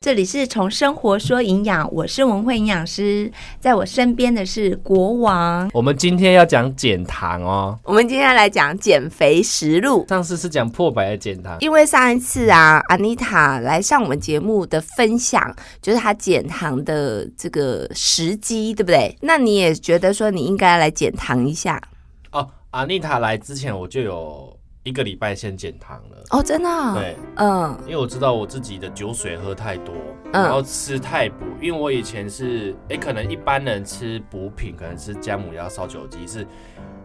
这里是从生活说营养，我是文慧营养师，在我身边的是国王。我们今天要讲减糖哦，我们今天来讲减肥实录。上次是讲破百的减糖，因为上一次啊，安妮塔来上我们节目的分享，就是她减糖的这个时机，对不对？那你也觉得说你应该来减糖一下哦。阿丽塔来之前我就有一个礼拜先减糖了，哦，真的、哦？对，嗯，因为我知道我自己的酒水喝太多，嗯然后吃太补，因为我以前是，哎、可能一般人吃补品，可能吃姜母鸭、烧酒鸡，是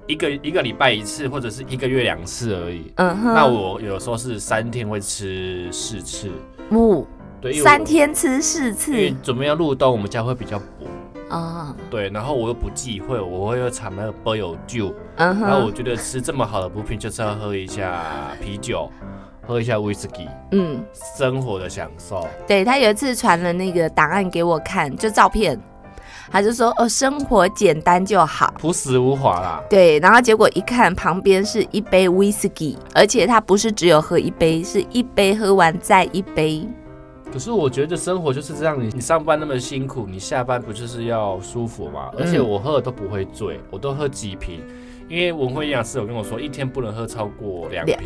一个一个礼拜一次，或者是一个月两次而已。嗯哼，那我有时候是三天会吃四次，五对，因为我三，天吃四因为次准备要入冬，我们家会比较补，啊，对，然后我又不忌讳，我会有产那个波有酒，嗯然后我哼，觉得吃这么好的补品，就是要喝一下啤酒，喝一下威士忌，嗯，生活的享受。对他有一次传了那个档案给我看，就照片，他就说哦，生活简单就好。朴实无华啦。对，然后结果一看，旁边是一杯 whisky，而且他不是只有喝一杯，是一杯喝完再一杯。可是我觉得生活就是这样，你你上班那么辛苦，你下班不就是要舒服吗？而且我喝的都不会醉，我都喝几瓶，因为文辉营养师有跟我说，一天不能喝超过两瓶。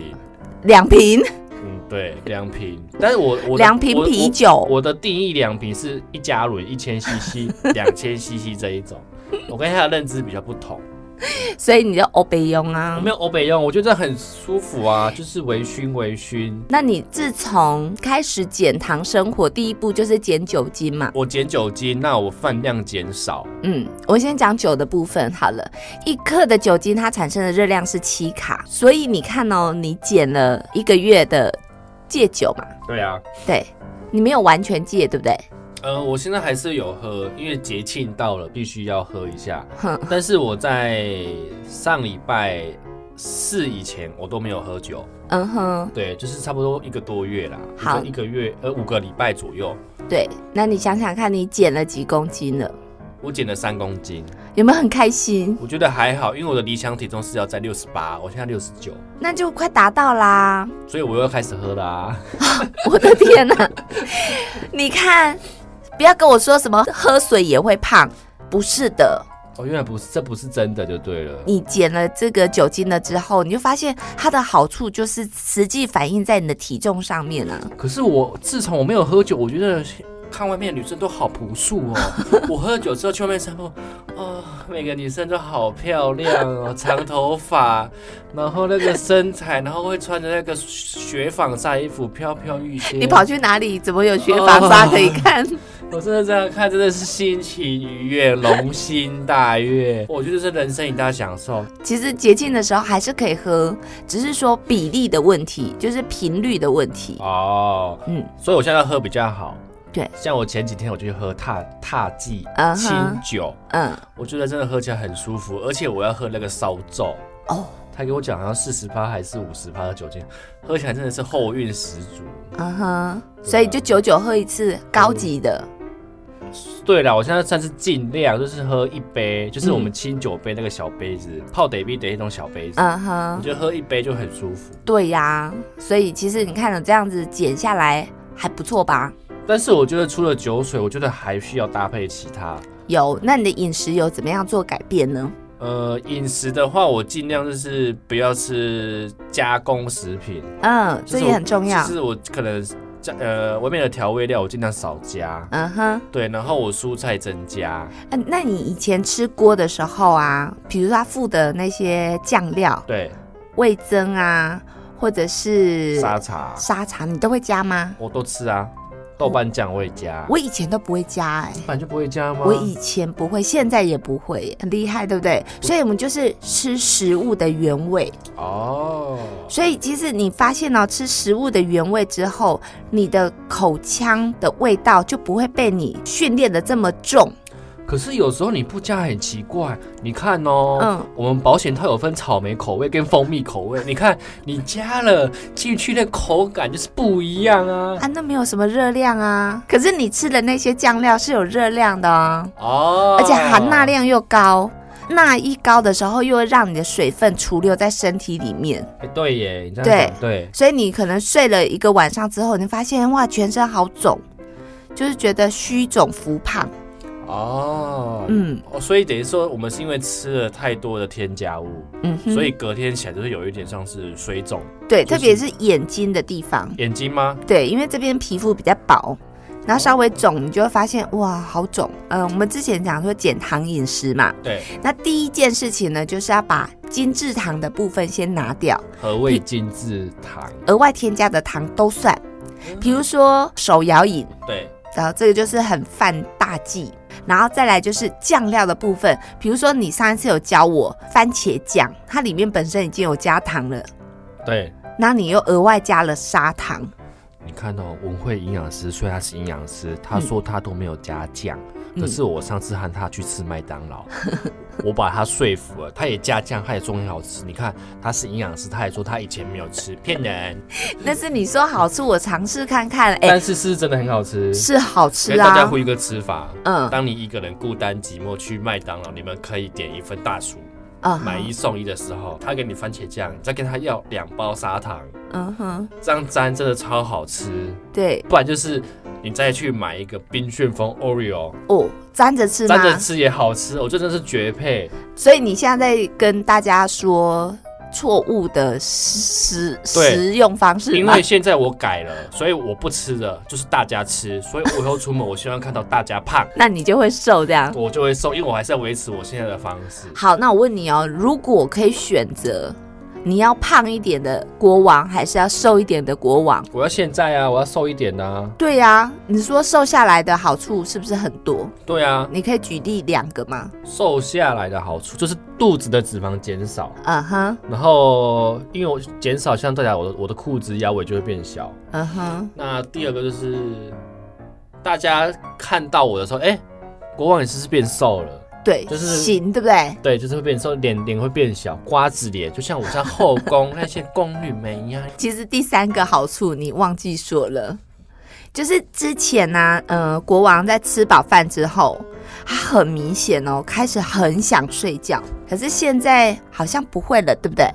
两瓶， 嗯，对，两瓶。 但是我我的两瓶我啤我酒我的定义两瓶是一加仑一千 CC、两 千 CC 这一种。我跟他的认知比较不同，所以你就欧北用啊我没。有欧北用，我觉得很舒服啊，就是微醺微醺。那你自从开始减糖生活，第一步就是减酒精嘛。我减酒精，那我饭量减少，嗯，我先讲酒的部分好了。一克的酒精它产生的热量是七卡，所以你看哦，你减了一个月的戒酒嘛，对啊，对你没有完全戒，对不对？呃，我现在还是有喝，因为节庆到了，必须要喝一下。哼，但是我在上礼拜四以前，我都没有喝酒，嗯哼，对，就是差不多一个多月啦，好就是一个月呃五个礼拜左右，对。那你想想看，你减了几公斤了？我减了三公斤，有没有很开心？我觉得还好，因为我的理想体重是要在六十八，我现在六十九，那就快达到啦！ 所以我又开始喝啦、我的天哪、你看，不要跟我说什么喝水也会胖，不是的。哦，原来不是，这不是真的就对了。你减了这个酒精了之后，你就发现它的好处就是实际反映在你的体重上面啊。可是我自从我没有喝酒，我觉得看外面的女生都好朴素 哦。我喝了酒之后去外面散步，啊、每个女生都好漂亮哦，长头发，然后那个身材，然后会穿着那个雪纺纱衣服，飘飘欲仙。你跑去哪里？怎么有 雪纺纱可以看？我真的这样看，真的是心情愉悦，龙心大悦。我觉得是人生一大享受。其实节庆的时候还是可以喝，只是说比例的问题，就是频率的问题。哦，嗯，所以我现在喝比较好。对像我前几天我就去喝踏踏剂嗯哼清酒。嗯，我觉得真的喝起来很舒服，而且我要喝那个烧酒。哦，他给我讲好像四十趴还是五十趴的酒精，喝起来真的是后韵十足。嗯哼，所以就久久喝一次高级的。对了，我现在算是尽量就是喝一杯，就是我们清酒杯那个小杯子，泡得必得那种小杯子，嗯我哼，觉得喝一杯就很舒服。对呀、所以其实你看了这样子减下来还不错吧？但是我觉得除了酒水，我觉得还需要搭配其他。有，那你的饮食有怎么样做改变呢？呃，饮食的话，我尽量就是不要吃加工食品，嗯，就这是我也很重要就。是我可能加呃外面的调味料，我尽量少加。嗯哼，对，然后我蔬菜增加，嗯，那你以前吃锅的时候啊，比如说它附的那些酱料、对，味增啊，或者是沙茶沙茶，你都会加吗？我都吃啊，豆瓣酱我也加，我以前都不会加、哎，本来就不会加吗？我以前不会，现在也不会，很厉害，对不对？所以我们就是吃食物的原味。哦，所以其实你发现哦，吃食物的原味之后，你的口腔的味道就不会被你训练的这么重。可是有时候你不加很奇怪，你看哦，嗯我们保险套有分草莓口味跟蜂蜜口味，你看你加了进去的口感就是不一样啊。啊，那没有什么热量啊。可是你吃的那些酱料是有热量的哦，哦， 而且含钠量又高。钠一高的时候，又会让你的水分储留在身体里面，哎，对耶，你这样讲对，所以你可能睡了一个晚上之后，你发现哇，全身好肿，就是觉得虚肿浮胖，哦，嗯哦，所以等于说我们是因为吃了太多的添加物，嗯哼，所以隔天起来就是有一点像是水肿，对，就是特别是眼睛的地方，眼睛吗？对，因为这边皮肤比较薄，然后稍微肿，你就会发现哇，好肿。呃，我们之前讲说减糖饮食嘛， 对，那第一件事情呢，就是要把精制糖的部分先拿掉，何谓精致糖？额外添加的糖都算，比如说手摇饮，对，然后这个就是很犯大忌。然后再来就是酱料的部分，比如说你上一次有教我番茄酱，它里面本身已经有加糖了，对，那你又额外加了砂糖，你看到、哦、文慧营养师，虽然他是营养师，他说他都没有加酱，嗯可是我上次和他去吃麦当劳， 我把他说服了，他也加酱，他也说很好吃。你看他是营养师，他也说他以前没有吃，骗人，但是你说好吃，我尝试看看，哎、但是是真的很好吃。是好给吃哎大家啊呼，吁一个吃法：嗯当你一个人孤单寂寞去麦当劳，你们可以点一份大薯，啊买一送一的时候，他给你番茄酱，再跟他要两包砂糖，嗯哼，这样沾真的超好吃。对不然就是你再去买一个冰旋风 Oreo，哦，沾着吃沾着吗？吃也好吃，我觉得真的是绝配。所以你现在在跟大家说错误的食对食用方式吗，因为现在我改了，所以我不吃了，就是大家吃。所以我以后出门，我希望看到大家胖，那你就会瘦这样。我就会瘦，因为我还是要维持我现在的方式。好，那我问你哦，如果可以选择，你要胖一点的国王，还是要瘦一点的国王？我要现在啊，我要瘦一点啊。对呀、你说瘦下来的好处是不是很多？对啊，你可以举例两个吗？瘦下来的好处就是肚子的脂肪减少，嗯哼，然后因为我减少，相对来我的我的裤子腰围就会变小。嗯哼，那第二个就是大家看到我的时候，哎、国王也是变瘦了，对，就是行，对不对？对，就是会变瘦，脸脸会变小，瓜子脸，就像我像后宫那些宫女们一样。 其实第三个好处你忘记说了，就是之前呢、呃，国王在吃饱饭之后，他很明显哦，开始很想睡觉，可是现在好像不会了，对不对？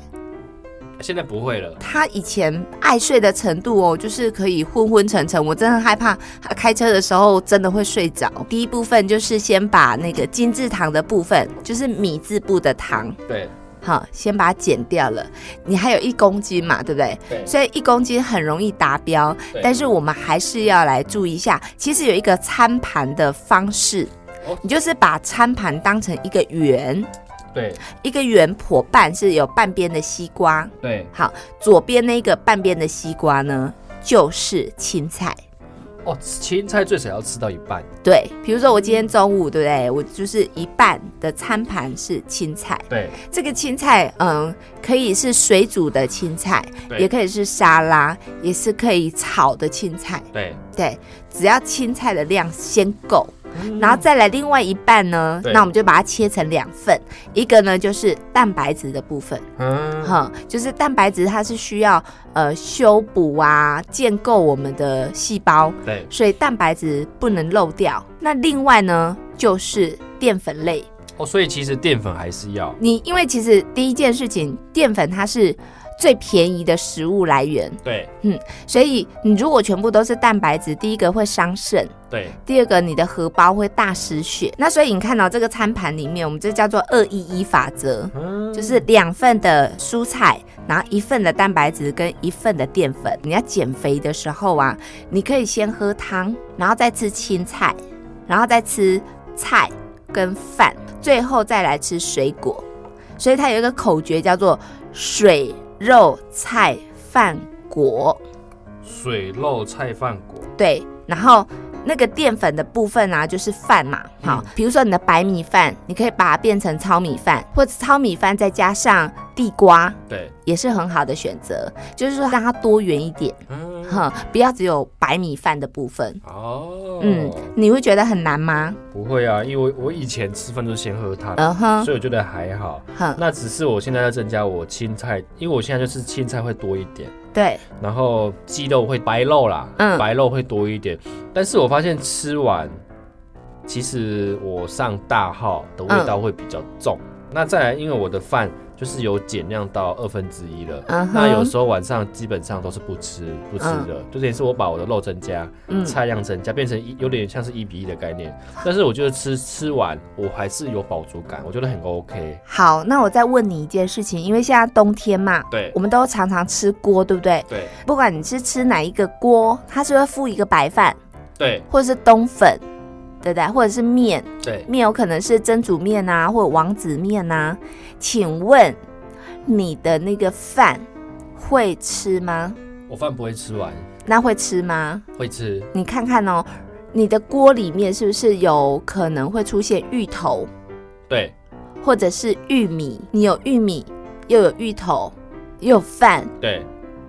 现在不会了，他以前爱睡的程度哦，就是可以昏昏沉沉，我真的害怕他开车的时候真的会睡着。第一部分就是先把那个精制糖的部分，就是米字部的糖，对好，先把它减掉了。你还有一公斤嘛，对不对？对所以一公斤很容易达标，对但是我们还是要来注意一下。其实有一个餐盘的方式哦，你就是把餐盘当成一个圆，对一个圆剖半是有半边的西瓜，对好，左边那个半边的西瓜呢，就是青菜。哦，青菜最少要吃到一半，对，比如说我今天中午，对不对？我就是一半的餐盘是青菜，对这个青菜，嗯，可以是水煮的青菜，对也可以是沙拉，也是可以炒的青菜。对对，只要青菜的量先够，然后再来另外一半呢，嗯对那我们就把它切成两份，一个呢就是蛋白质的部分，嗯，哈、就是蛋白质它是需要呃修补啊，建构我们的细胞，对所以蛋白质不能漏掉。那另外呢就是淀粉类，哦，所以其实淀粉还是要，你因为其实第一件事情，淀粉它是最便宜的食物来源，对所以你如果全部都是蛋白质，第一个会伤肾。对第二个，你的荷包会大失血。那所以你看到、这个餐盘里面，我们这叫做二一一法则，嗯，就是两份的蔬菜，然后一份的蛋白质跟一份的淀粉。你要减肥的时候啊，你可以先喝汤，然后再吃青菜，然后再吃菜跟饭，最后再来吃水果。所以它有一个口诀叫做水肉菜饭果。水肉菜饭果，对，然后那个淀粉的部分啊，就是饭嘛，好，比如说你的白米饭，你可以把它变成糙米饭，或者糙米饭再加上地瓜，对，也是很好的选择，就是说让它多元一点，嗯，哈，不要只有白米饭的部分。哦，嗯，你会觉得很难吗？不会啊，因为我以前吃饭都是先喝汤，嗯哼，所以我觉得还好。哼，那只是我现在要增加我青菜，因为我现在就是青菜会多一点，对，然后鸡肉会白肉啦，嗯白肉会多一点。但是我发现吃完，嗯其实我上大号的味道会比较重。那再来，因为我的饭就是有减量到二分之一了。嗯哼那有时候晚上基本上都是不吃不吃的，就等于是我把我的肉增加，嗯菜量增加，变成一有点像是一比一的概念。但是我觉得吃吃完我还是有饱足感，我觉得很 OK。好，那我再问你一件事情，因为现在冬天嘛，对我们都常常吃锅，对不对？对不管你是吃哪一个锅，它是会附一个白饭，对或者是冬粉，对不对？或者是面，对，面有可能是蒸煮面啊，或者王子面啊。请问你的那个饭会吃吗？我饭不会吃完，那会吃吗？会吃。你看看哦，你的锅里面是不是有可能会出现芋头，对或者是玉米？你有玉米，又有芋头，又有饭，对，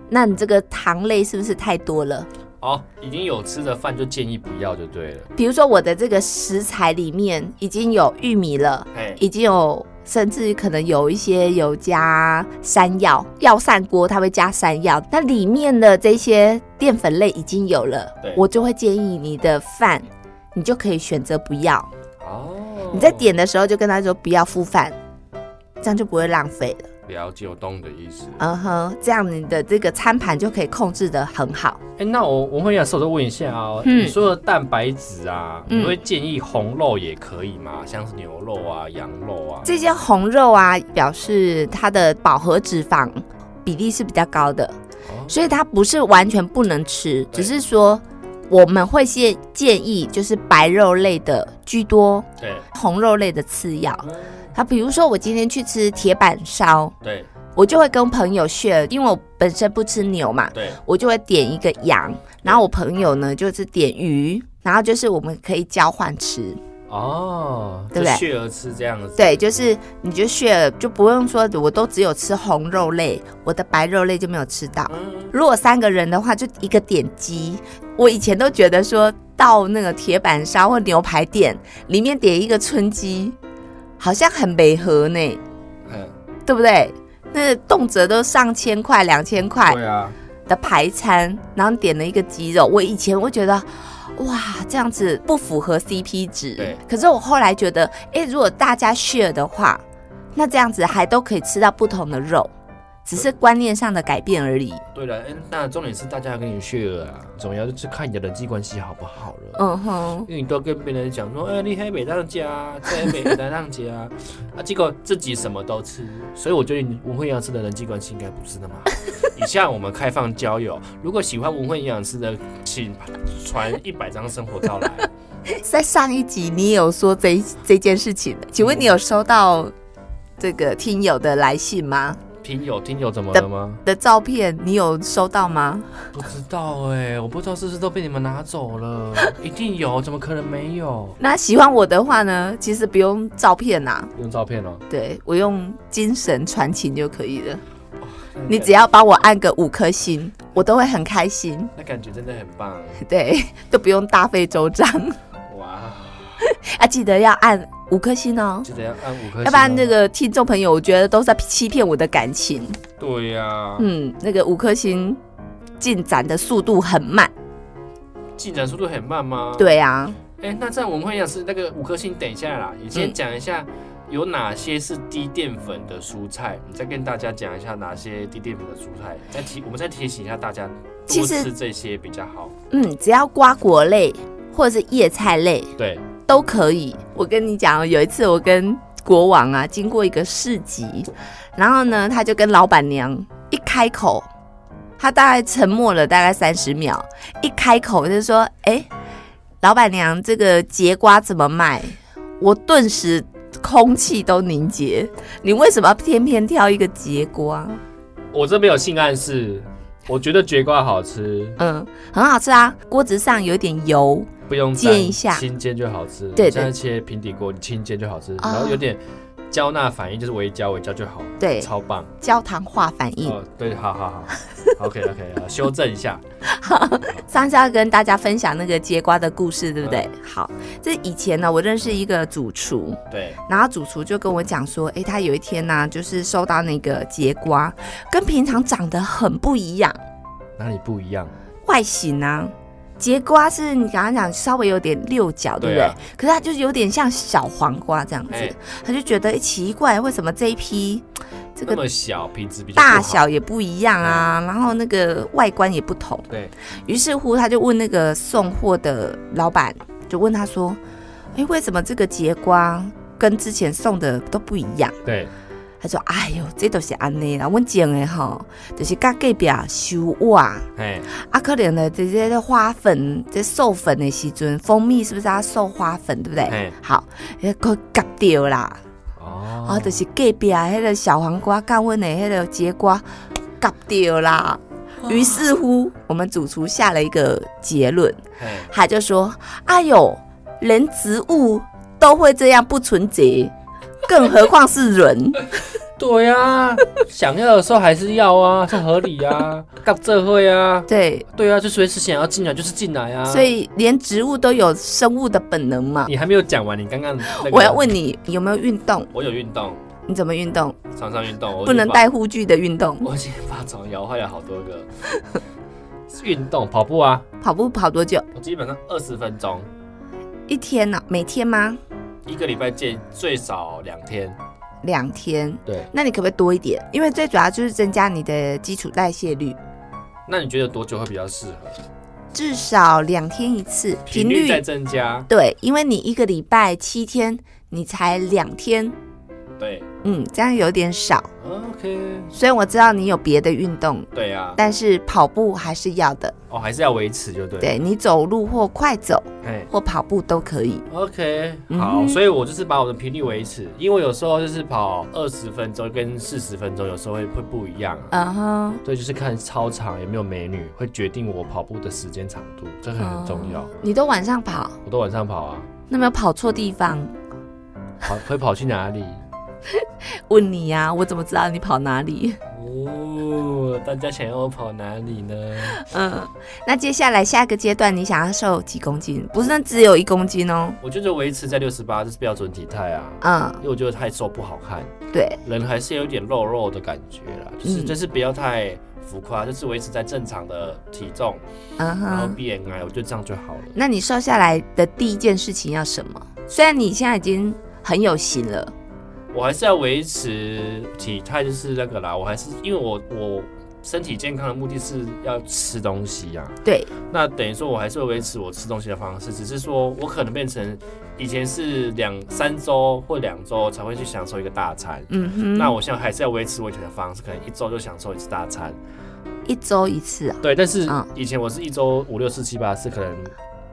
那你这个糖类是不是太多了？哦，已经有吃的饭就建议不要就对了。比如说我的这个食材里面已经有玉米了，哎，已经有甚至可能有一些有加山药，药膳锅它会加山药，那里面的这些淀粉类已经有了对，我就会建议你的饭，你就可以选择不要。哦，你在点的时候就跟他说不要付饭，这样就不会浪费了。了解我懂你的意思。嗯哼，这样你的这个餐盘就可以控制的很好。哎、那我我会想稍微问一下哦，嗯你说的蛋白质啊，嗯你会建议红肉也可以吗？像是牛肉啊、羊肉啊？这些红肉啊，表示它的饱和脂肪比例是比较高的，哦所以它不是完全不能吃，只对是说我们会先建议就是白肉类的居多，对红肉类的次要。啊，比如说我今天去吃铁板烧，对我就会跟朋友 share，因为我本身不吃牛嘛，对我就会点一个羊，然后我朋友呢就是点鱼，然后就是我们可以交换吃。哦，对不就对血儿吃这样子，对，就是你就 share 就不用说，我都只有吃红肉类，我的白肉类就没有吃到。嗯，如果三个人的话，就一个点鸡。我以前都觉得说到那个铁板烧或牛排店里面点一个春鸡，好像很违和呢，嗯，对不对？那动辄都上千块、两千块，对啊，的排餐，然后点了一个鸡肉。我以前会觉得，哇，这样子不符合 CP 值对。可是我后来觉得，诶，如果大家 share 的话，那这样子还都可以吃到不同的肉，只是观念上的改变而已。对了，哎、那重点是大家要跟你血儿啊，总要就是看你的人际关系好不好了。嗯哼，因为你都跟别人讲说，哎、你黑北 当家，在黑北当家，啊，结果自己什么都吃，所以我觉得你文慧营养师的人际关系应该不是 那么好。以下我们开放交友，如果喜欢文慧营养师的，请传一百张生活照来。 在上一集你也有说这一这件事情的，请问你有收到这个听友的来信吗？听友，听友怎么了吗？的照片你有收到吗？不知道哎、我不知道是不是都被你们拿走 了，一定有，怎么可能没有？那喜欢我的话呢，其实不用照片啊啦、用照片哦，对我用精神传情就可以了。嗯你只要帮我按个五颗星，我都会很开心。 那感觉真的很棒，对，都不用大费周章 哇！啊！记得要按五颗星哦，记得要按五颗星哦，要不然那个听众朋友，我觉得都在欺骗我的感情。对呀、嗯，那个五颗星进展的速度很慢。进展速度很慢吗？对啊，哎、那这样我们会讲是那个五颗星，等一下啦，你先嗯讲一下有哪些是低淀粉的蔬菜，你再跟大家讲一下哪些低淀粉的蔬菜，再提我们再提醒一下大家，其多实吃这些比较好。嗯，只要瓜果类或者是叶菜类对，都可以。我跟你讲哦，有一次我跟国王啊经过一个市集，然后呢，他就跟老板娘一开口，他大概沉默了大概三十秒，一开口就说：“哎、老板娘，这个节瓜怎么卖？”我顿时空气都凝结。你为什么要偏偏挑一个节瓜？我这边有性暗示，我觉得节瓜好吃，嗯，很好吃啊，锅子上有点油，不用煎一下清煎就好吃。对对现在切平底锅，你清煎就好吃，啊然后有点焦钠反应，就是微焦微焦就好，对超棒。焦糖化反应。哦，对，好好 好，OK OK，好，修正一下。上次要跟大家分享那个节瓜的故事，对不对？嗯好，这以前呢，我认识一个主厨，对，然后主厨就跟我讲说，诶，他有一天呢、就是收到那个节瓜，跟平常长得很不一样，哪里不一样？外形啊，节瓜是你刚刚讲稍微有点六角，对不对对？啊可是它就是有点像小黄瓜这样子，哎他就觉得、哎奇怪，为什么这一批这那个么小，品质比较不好大小也不一样啊，然后那个外观也不同。对，于是乎，他就问那个送货的老板，就问他说：“哎，为什么这个节瓜跟之前送的都不一样对，？”他说：“哎呦，这都是安尼啦，阮种的吼，就是甲隔壁收哇，哎，啊，可能呢，这些花粉这授粉的时阵，蜂蜜是不是要授花粉，对不对嘿？好，也可夹掉啦，哦，啊，就是隔壁迄个小黄瓜干阮的迄个节瓜夹掉啦。于是乎，我们主厨下了一个结论，哎，他就说：“哎呦，连植物都会这样不纯洁，更何况是人？ 对啊，想要的时候还是要啊， 是合理啊，干这会啊，对，对啊，就随时想要进来就是进来啊。所以连植物都有生物的本能嘛。你还没有讲完，你刚刚那个我要问，你有没有运动？我有运动，你怎么运动？常常运动，我不能把戴护具的运动，我已经把床摇坏了好多个。运动跑步啊，跑步跑多久？我基本上二十分钟，一天呢、每天吗？一个礼拜见最少两天。两天。对，那你可不可以多一点？因为最主要就是增加你的基础代谢率，那你觉得多久会比较适合？至少两天一次，频率在增加，对，因为你一个礼拜七天，你才两天，对嗯，这样有点少。 ，OK，虽然我知道你有别的运动，对啊，但是跑步还是要的。哦，还是要维持就对。，对你走路或快走哎或跑步都可以。 ，OK，嗯好，所以我就是把我的频率维持，因为有时候就是跑二十分钟跟四十分钟，有时候会会不一样啊。嗯哼，对，就是看操场有没有美女，会决定我跑步的时间长度，这个嗯很重要哦。你都晚上跑，我都晚上跑啊，那没有跑错地方？跑会跑去哪里？ 问你呀、我怎么知道你跑哪里？哦，大家想要我跑哪里呢？ 嗯，那接下来下一个阶段，你想要瘦几公斤？不是只有一公斤哦。我觉得维持在六十八这是标准体态啊，嗯，因为我觉得太瘦不好看，对，人还是有点肉肉的感觉啦，就是嗯就是不要太浮夸，就是维持在正常的体重，嗯然后哼。 BMI 我觉得这样就好了。那你瘦下来的第一件事情要什么？虽然你现在已经很有型了，我还是要维持体态，就是那个啦，我还是因为我我身体健康的目的是要吃东西啊呀、对，那等于说我还是会维持我吃东西的方式，只是说我可能变成以前是两三周或两周才会去享受一个大餐，嗯哼，那我现在还是要维持我以前的方式，可能一周就享受一次大餐。一周一次啊，对，但是嗯以前我是一周五六次七八次，可能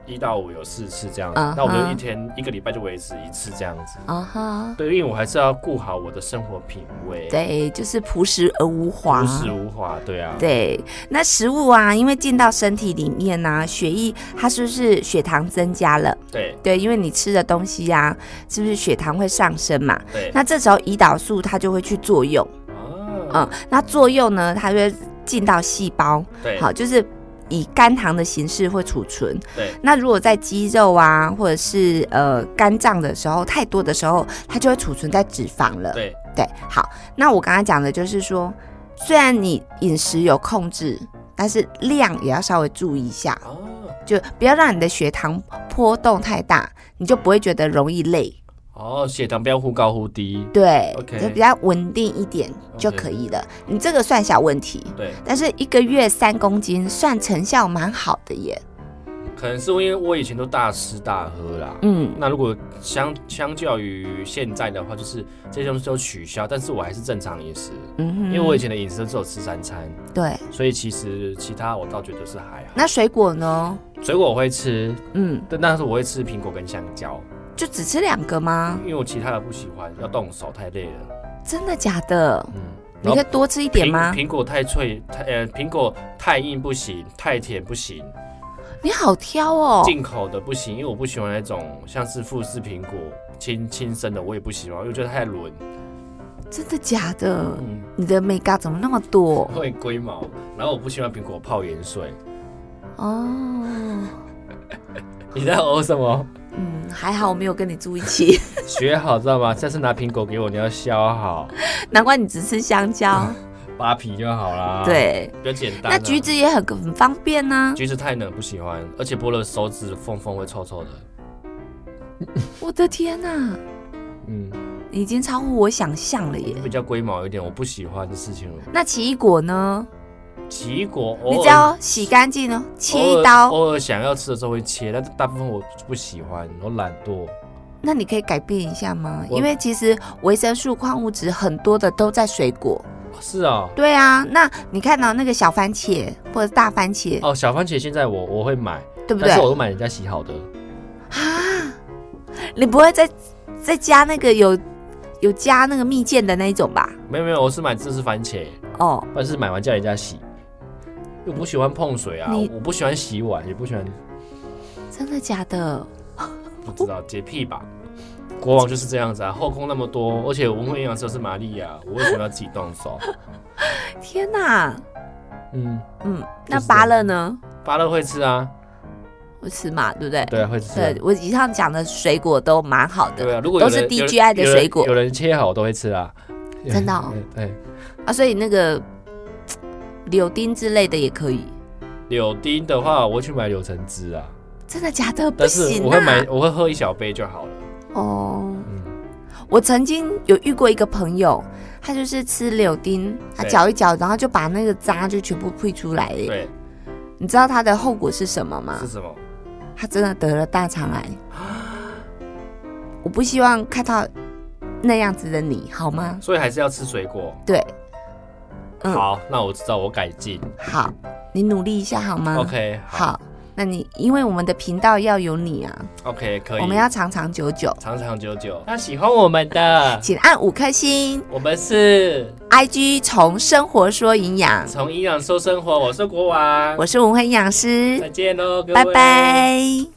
一到五有四次这样子嗯哼那我就一天一个礼拜就维持一次这样子。啊哈，对，因为我还是要顾好我的生活品味，对，就是朴实而无华无。时无华，对啊，对，那食物啊，因为进到身体里面呢、啊血液它是不是血糖增加了？对对，因为你吃的东西呀、是不是血糖会上升嘛？对那这时候胰岛素它就会去作用，啊，嗯，那作用呢，它就会进到细胞，对嗯好，就是以肝糖的形式会储存。对那如果在肌肉啊，或者是呃肝脏的时候太多的时候，它就会储存在脂肪了。对对，好，那我刚刚讲的就是说，虽然你饮食有控制，但是量也要稍微注意一下，啊，就不要让你的血糖波动太大，你就不会觉得容易累。哦，血糖不要忽高忽低，对 OK 就比较稳定一点就可以了。你这个算小问题，对，但是一个月三公斤算成效蛮好的耶。可能是因为我以前都大吃大喝啦。嗯，那如果相相较于现在的话，就是这些东西都取消，但是我还是正常饮食，嗯哼因为我以前的饮食都只有吃三餐，对，所以其实其他我倒觉得是还好。那水果呢？水果我会吃，嗯，但但是我会吃苹果跟香蕉，就只吃两个吗？因为我其他的不喜欢，要动手太累了。真的假的？嗯，你然可后以多吃一点苹吗？苹果太脆，太呃苹果太硬不行，太甜不行，哦你好挑哦。进口的不行，因为我不喜欢那种像是富士苹果亲亲生的，我也不喜欢，因为我觉得太轮，真的假的？嗯，你的美嘎怎么那么多？会龟毛。然后我不喜欢苹果泡盐水，哦，你在哦什么？嗯，还好我没有跟你住一起， 学好知道吗？下次拿苹果给我，你要削好，啊难怪你只吃香蕉。扒皮就好啦。，对，比较简单那啊、橘子也很很方便啊呢、橘子太冷不喜欢，而且剥了手指缝缝会臭臭的。我的天呐、嗯，已经超乎我想象了耶！比较龟毛一点，我不喜欢的事情。那奇异果呢？奇异果你偶只尔要洗干净哦，切偶一尔刀，偶尔想要吃的时候会切，但是大部分我不喜欢，我懒惰。那你可以改变一下吗？我因为其实维生素、矿物质很多的都在水果。是啊、对啊，那你看到那个小番茄或者大番茄，哦，小番茄现在我我会买，对不对但是？我都买人家洗好的。啊，你不会再再加那个有有加那个蜜饯的那一种吧？没有没有，我是买自制番茄，哦，但是买完叫人家洗。因为我不喜欢碰水啊，你我不喜欢洗碗，也不喜欢，真的假的？不知道洁癖吧。国王就是这样子啊，后宫那么多，而且文慧营养师是玛利亚，我为什么要自己动手？天哪！嗯， 嗯，这那样芭乐呢？芭乐会吃啊，我吃嘛，对不对？对啊，会吃啊、对我以上讲的水果都蛮好的。对啊，如果都有是人 DGI 的有人水果有人有人切好我都会吃啊。真的哦 对，对啊，所以那个嘖柳丁之类的也可以，柳丁的话，我会去买柳橙汁啊，真的假的？不但是行我啊！会买，我会喝一小杯就好了。哦。嗯，我曾经有遇过一个朋友，他就是吃柳丁，他对嚼一嚼，然后就把那个渣就全部吐出来耶。对，你知道他的后果是什么吗是？什么？他真的得了大肠癌。我不希望看到那样子的你，好吗？所以还是要吃水果。对，嗯好，那我知道，我改进。好，你努力一下好吗 OK，好，那你因为我们的频道要有你啊， ，OK，可以。我们要长长久久，，长长久久。那喜欢我们的请按五颗星。我们是 IG 从生活说营养，从营养说生活，我是国王，我是文慧营养师，再见喽，各位拜拜。